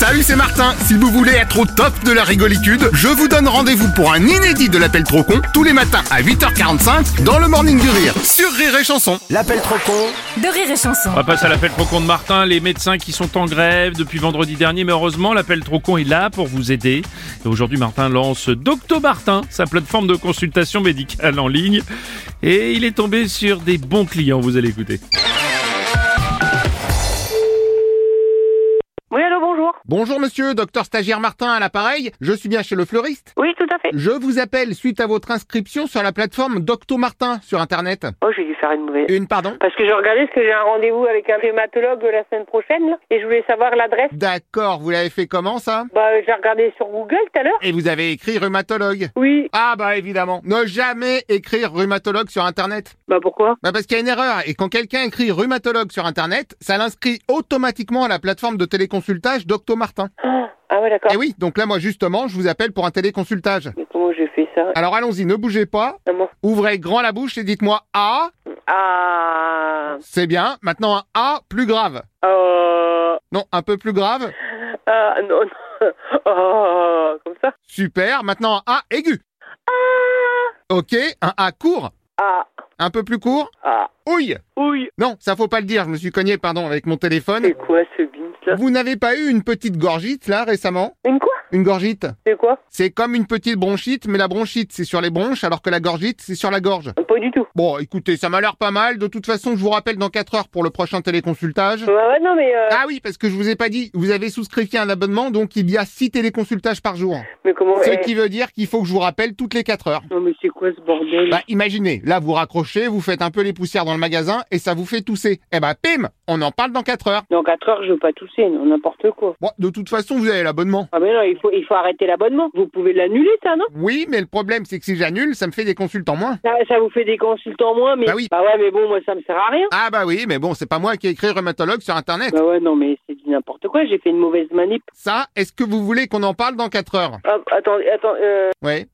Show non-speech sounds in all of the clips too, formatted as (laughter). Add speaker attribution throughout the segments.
Speaker 1: Salut, c'est Martin. Si vous voulez être au top de la rigolitude, je vous donne rendez-vous pour un inédit de l'appel trop con tous les matins à 8h45 dans le Morning du Rire sur Rire et Chanson.
Speaker 2: L'appel trop con
Speaker 3: de rire et chanson.
Speaker 4: On va passer à l'appel trop con de Martin, les médecins qui sont en grève depuis vendredi dernier, mais heureusement l'appel trop con est là pour vous aider. Et aujourd'hui Martin lance Docto Martin, sa plateforme de consultation médicale en ligne. Et il est tombé sur des bons clients, vous allez écouter.
Speaker 5: Oui, allô, bonjour.
Speaker 1: Bonjour monsieur, docteur stagiaire Martin à l'appareil. Je suis bien chez le fleuriste.
Speaker 5: Oui, tout à fait.
Speaker 1: Je vous appelle suite à votre inscription sur la plateforme Docto Martin sur internet.
Speaker 5: Oh, j'ai dû faire une mauvaise.
Speaker 1: Une pardon
Speaker 5: Parce que je regardais parce que j'ai un rendez-vous avec un rhumatologue la semaine prochaine, là, et je voulais savoir l'adresse.
Speaker 1: D'accord, vous l'avez fait comment ça
Speaker 5: Bah, euh, j'ai regardé sur Google tout à l'heure.
Speaker 1: Et vous avez écrit rhumatologue.
Speaker 5: Oui.
Speaker 1: Ah bah évidemment, ne jamais écrire rhumatologue sur internet.
Speaker 5: Bah, pourquoi
Speaker 1: Bah parce qu'il y a une erreur et quand quelqu'un écrit rhumatologue sur internet, ça l'inscrit automatiquement à la plateforme de téléconsultage Docto Martin.
Speaker 5: Ah, ouais, d'accord.
Speaker 1: Et oui, donc là moi justement, je vous appelle pour un téléconsultage.
Speaker 5: Mais comment j'ai fait ça Ah,
Speaker 1: Alors allons-y, ne bougez pas,
Speaker 5: Comment
Speaker 1: ouvrez grand la bouche et dites-moi A,
Speaker 5: Ah.
Speaker 1: c'est bien. Maintenant un A plus grave.
Speaker 5: Euh.
Speaker 1: Non, un peu plus grave.
Speaker 5: Ah, non, non. (laughs) Oh, comme ça.
Speaker 1: Super. Maintenant un A aigu. OK, un A court,
Speaker 5: Ah,
Speaker 1: un peu plus court.
Speaker 5: ah.
Speaker 1: Ouille.
Speaker 5: Oui.
Speaker 1: Non, ça faut pas le dire, je me suis cogné pardon avec mon téléphone.
Speaker 5: C'est quoi ce bins, là
Speaker 1: Vous n'avez pas eu une petite gorgite là récemment
Speaker 5: Une quoi
Speaker 1: Une gorgite
Speaker 5: C'est quoi
Speaker 1: C'est comme une petite bronchite, mais la bronchite, c'est sur les bronches, alors que la gorgite, c'est sur la gorge.
Speaker 5: Pas du tout.
Speaker 1: Bon, écoutez, ça m'a l'air pas mal. De toute façon, je vous rappelle dans 4 heures pour le prochain téléconsultage.
Speaker 5: Ouais, ouais, non, mais. euh,
Speaker 1: Ah oui, parce que je vous ai pas dit, vous avez souscrit un abonnement, donc il y a 6 téléconsultages par jour.
Speaker 5: Mais comment.
Speaker 1: Ce
Speaker 5: eh,
Speaker 1: qui veut dire qu'il faut que je vous rappelle toutes les 4 heures.
Speaker 5: Non, mais c'est quoi ce bordel
Speaker 1: Bah imaginez, là vous raccrochez, vous faites un peu les poussières dans le magasin et ça vous fait tousser. Eh bah pim, on en parle dans 4 heures.
Speaker 5: Dans 4 heures, je veux pas tousser, non, n'importe quoi.
Speaker 1: Bon, de toute façon, vous avez l'abonnement.
Speaker 5: Ah, mais non, il faut, il faut arrêter l'abonnement. Vous pouvez l'annuler, ça, non
Speaker 1: Oui, mais le problème c'est que si j'annule, ça me fait des consultes en moins.
Speaker 5: Ça, ça vous fait des consultants moins, mais.
Speaker 1: Bah oui.
Speaker 5: ouais, mais bon, moi, ça me sert
Speaker 1: (laughs)
Speaker 5: à rien.
Speaker 1: Ah bah oui, mais bon, c'est pas moi qui ai écrit rhumatologue sur internet.
Speaker 5: Bah ouais, non, mais c'est du n'importe quoi. J'ai fait une mauvaise manip.
Speaker 1: Ça, est-ce que vous voulez qu'on en parle dans 4 heures
Speaker 5: Hop, attendez, attendez, euh,
Speaker 1: Oui.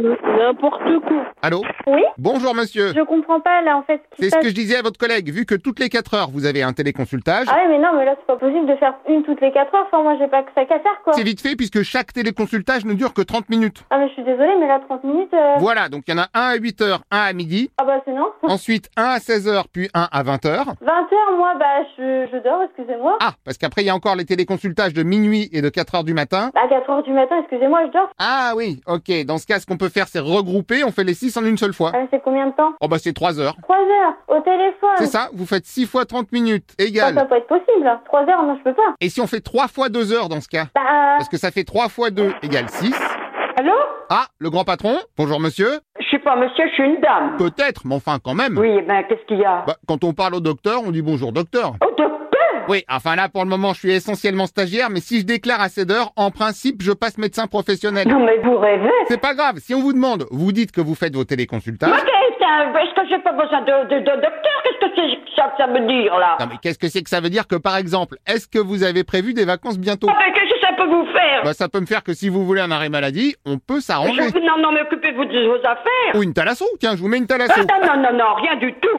Speaker 5: n'importe quoi.
Speaker 1: Allô
Speaker 6: Oui
Speaker 1: Bonjour monsieur.
Speaker 6: Je comprends pas là en fait ce qui
Speaker 1: C'est
Speaker 6: se
Speaker 1: ce
Speaker 6: passe.
Speaker 1: que je disais à votre collègue. Vu que toutes les 4 heures, vous avez un téléconsultage,
Speaker 6: Ah ouais mais non mais là c'est pas possible de faire une toutes les 4 heures, enfin moi j'ai pas que ça qu'à faire quoi.
Speaker 1: c'est vite fait puisque chaque téléconsultage ne dure que 30 minutes.
Speaker 6: Ah mais je suis désolée mais là 30 minutes... euh,
Speaker 1: Voilà, donc il y en a un à 8 heures, un à midi,
Speaker 6: Ah bah c'est non.
Speaker 1: ensuite un à 16 heures, puis un à 20 heures.
Speaker 6: 20 heures moi bah je, je dors excusez-moi.
Speaker 1: Ah, parce qu'après il y a encore les téléconsultages de minuit et de 4 heures du matin.
Speaker 6: À 4 Bah, heures du matin excusez-moi je dors.
Speaker 1: Ah oui, ok, dans ce cas ce qu'on peut faire c'est regrouper, on fait les 6 en une seule fois.
Speaker 6: Ah mais c'est combien de temps
Speaker 1: Oh bah c'est 3 heures.
Speaker 6: 3 heures au téléphone.
Speaker 1: C'est ça, vous faites 6 fois 30 minutes,
Speaker 6: Ça, ça
Speaker 1: égale.
Speaker 6: va pas être possible. 3 heures non je peux pas.
Speaker 1: Et si on fait 3 fois 2 heures dans ce cas
Speaker 6: Bah euh,
Speaker 1: Parce que ça fait 3 fois 2 égale 6.
Speaker 7: Allô
Speaker 1: Ah, le grand patron Bonjour monsieur
Speaker 7: Je suis pas monsieur, je suis une dame.
Speaker 1: Peut-être, mais enfin quand même.
Speaker 7: Oui, eh ben qu'est-ce qu'il y a
Speaker 1: Bah, quand on parle au docteur, on dit bonjour docteur.
Speaker 7: Oh, docteur
Speaker 1: Oui, enfin là pour le moment je suis essentiellement stagiaire, mais si je déclare à cette heure, en principe je passe médecin professionnel.
Speaker 7: Non mais vous rêvez
Speaker 1: C'est pas grave, si on vous demande, vous dites que vous faites vos téléconsultages.
Speaker 7: Moi, qu'est-ce que- est-ce que j'ai pas besoin de, de, de docteur Qu'est-ce que c'est que ça que ça veut dire, là
Speaker 1: Non mais qu'est-ce que c'est que ça veut dire que par exemple, est-ce que vous avez prévu des vacances bientôt
Speaker 7: Ah, mais qu'est-ce que ça peut vous faire
Speaker 1: Bah ça peut me faire que si vous voulez un arrêt maladie, on peut s'arranger.
Speaker 7: Je- Non, non, mais occupez-vous de vos affaires
Speaker 1: Ou une thalasso, tiens, je vous mets une
Speaker 7: Ah,
Speaker 1: thalasso.
Speaker 7: Non, non, non, non, rien du tout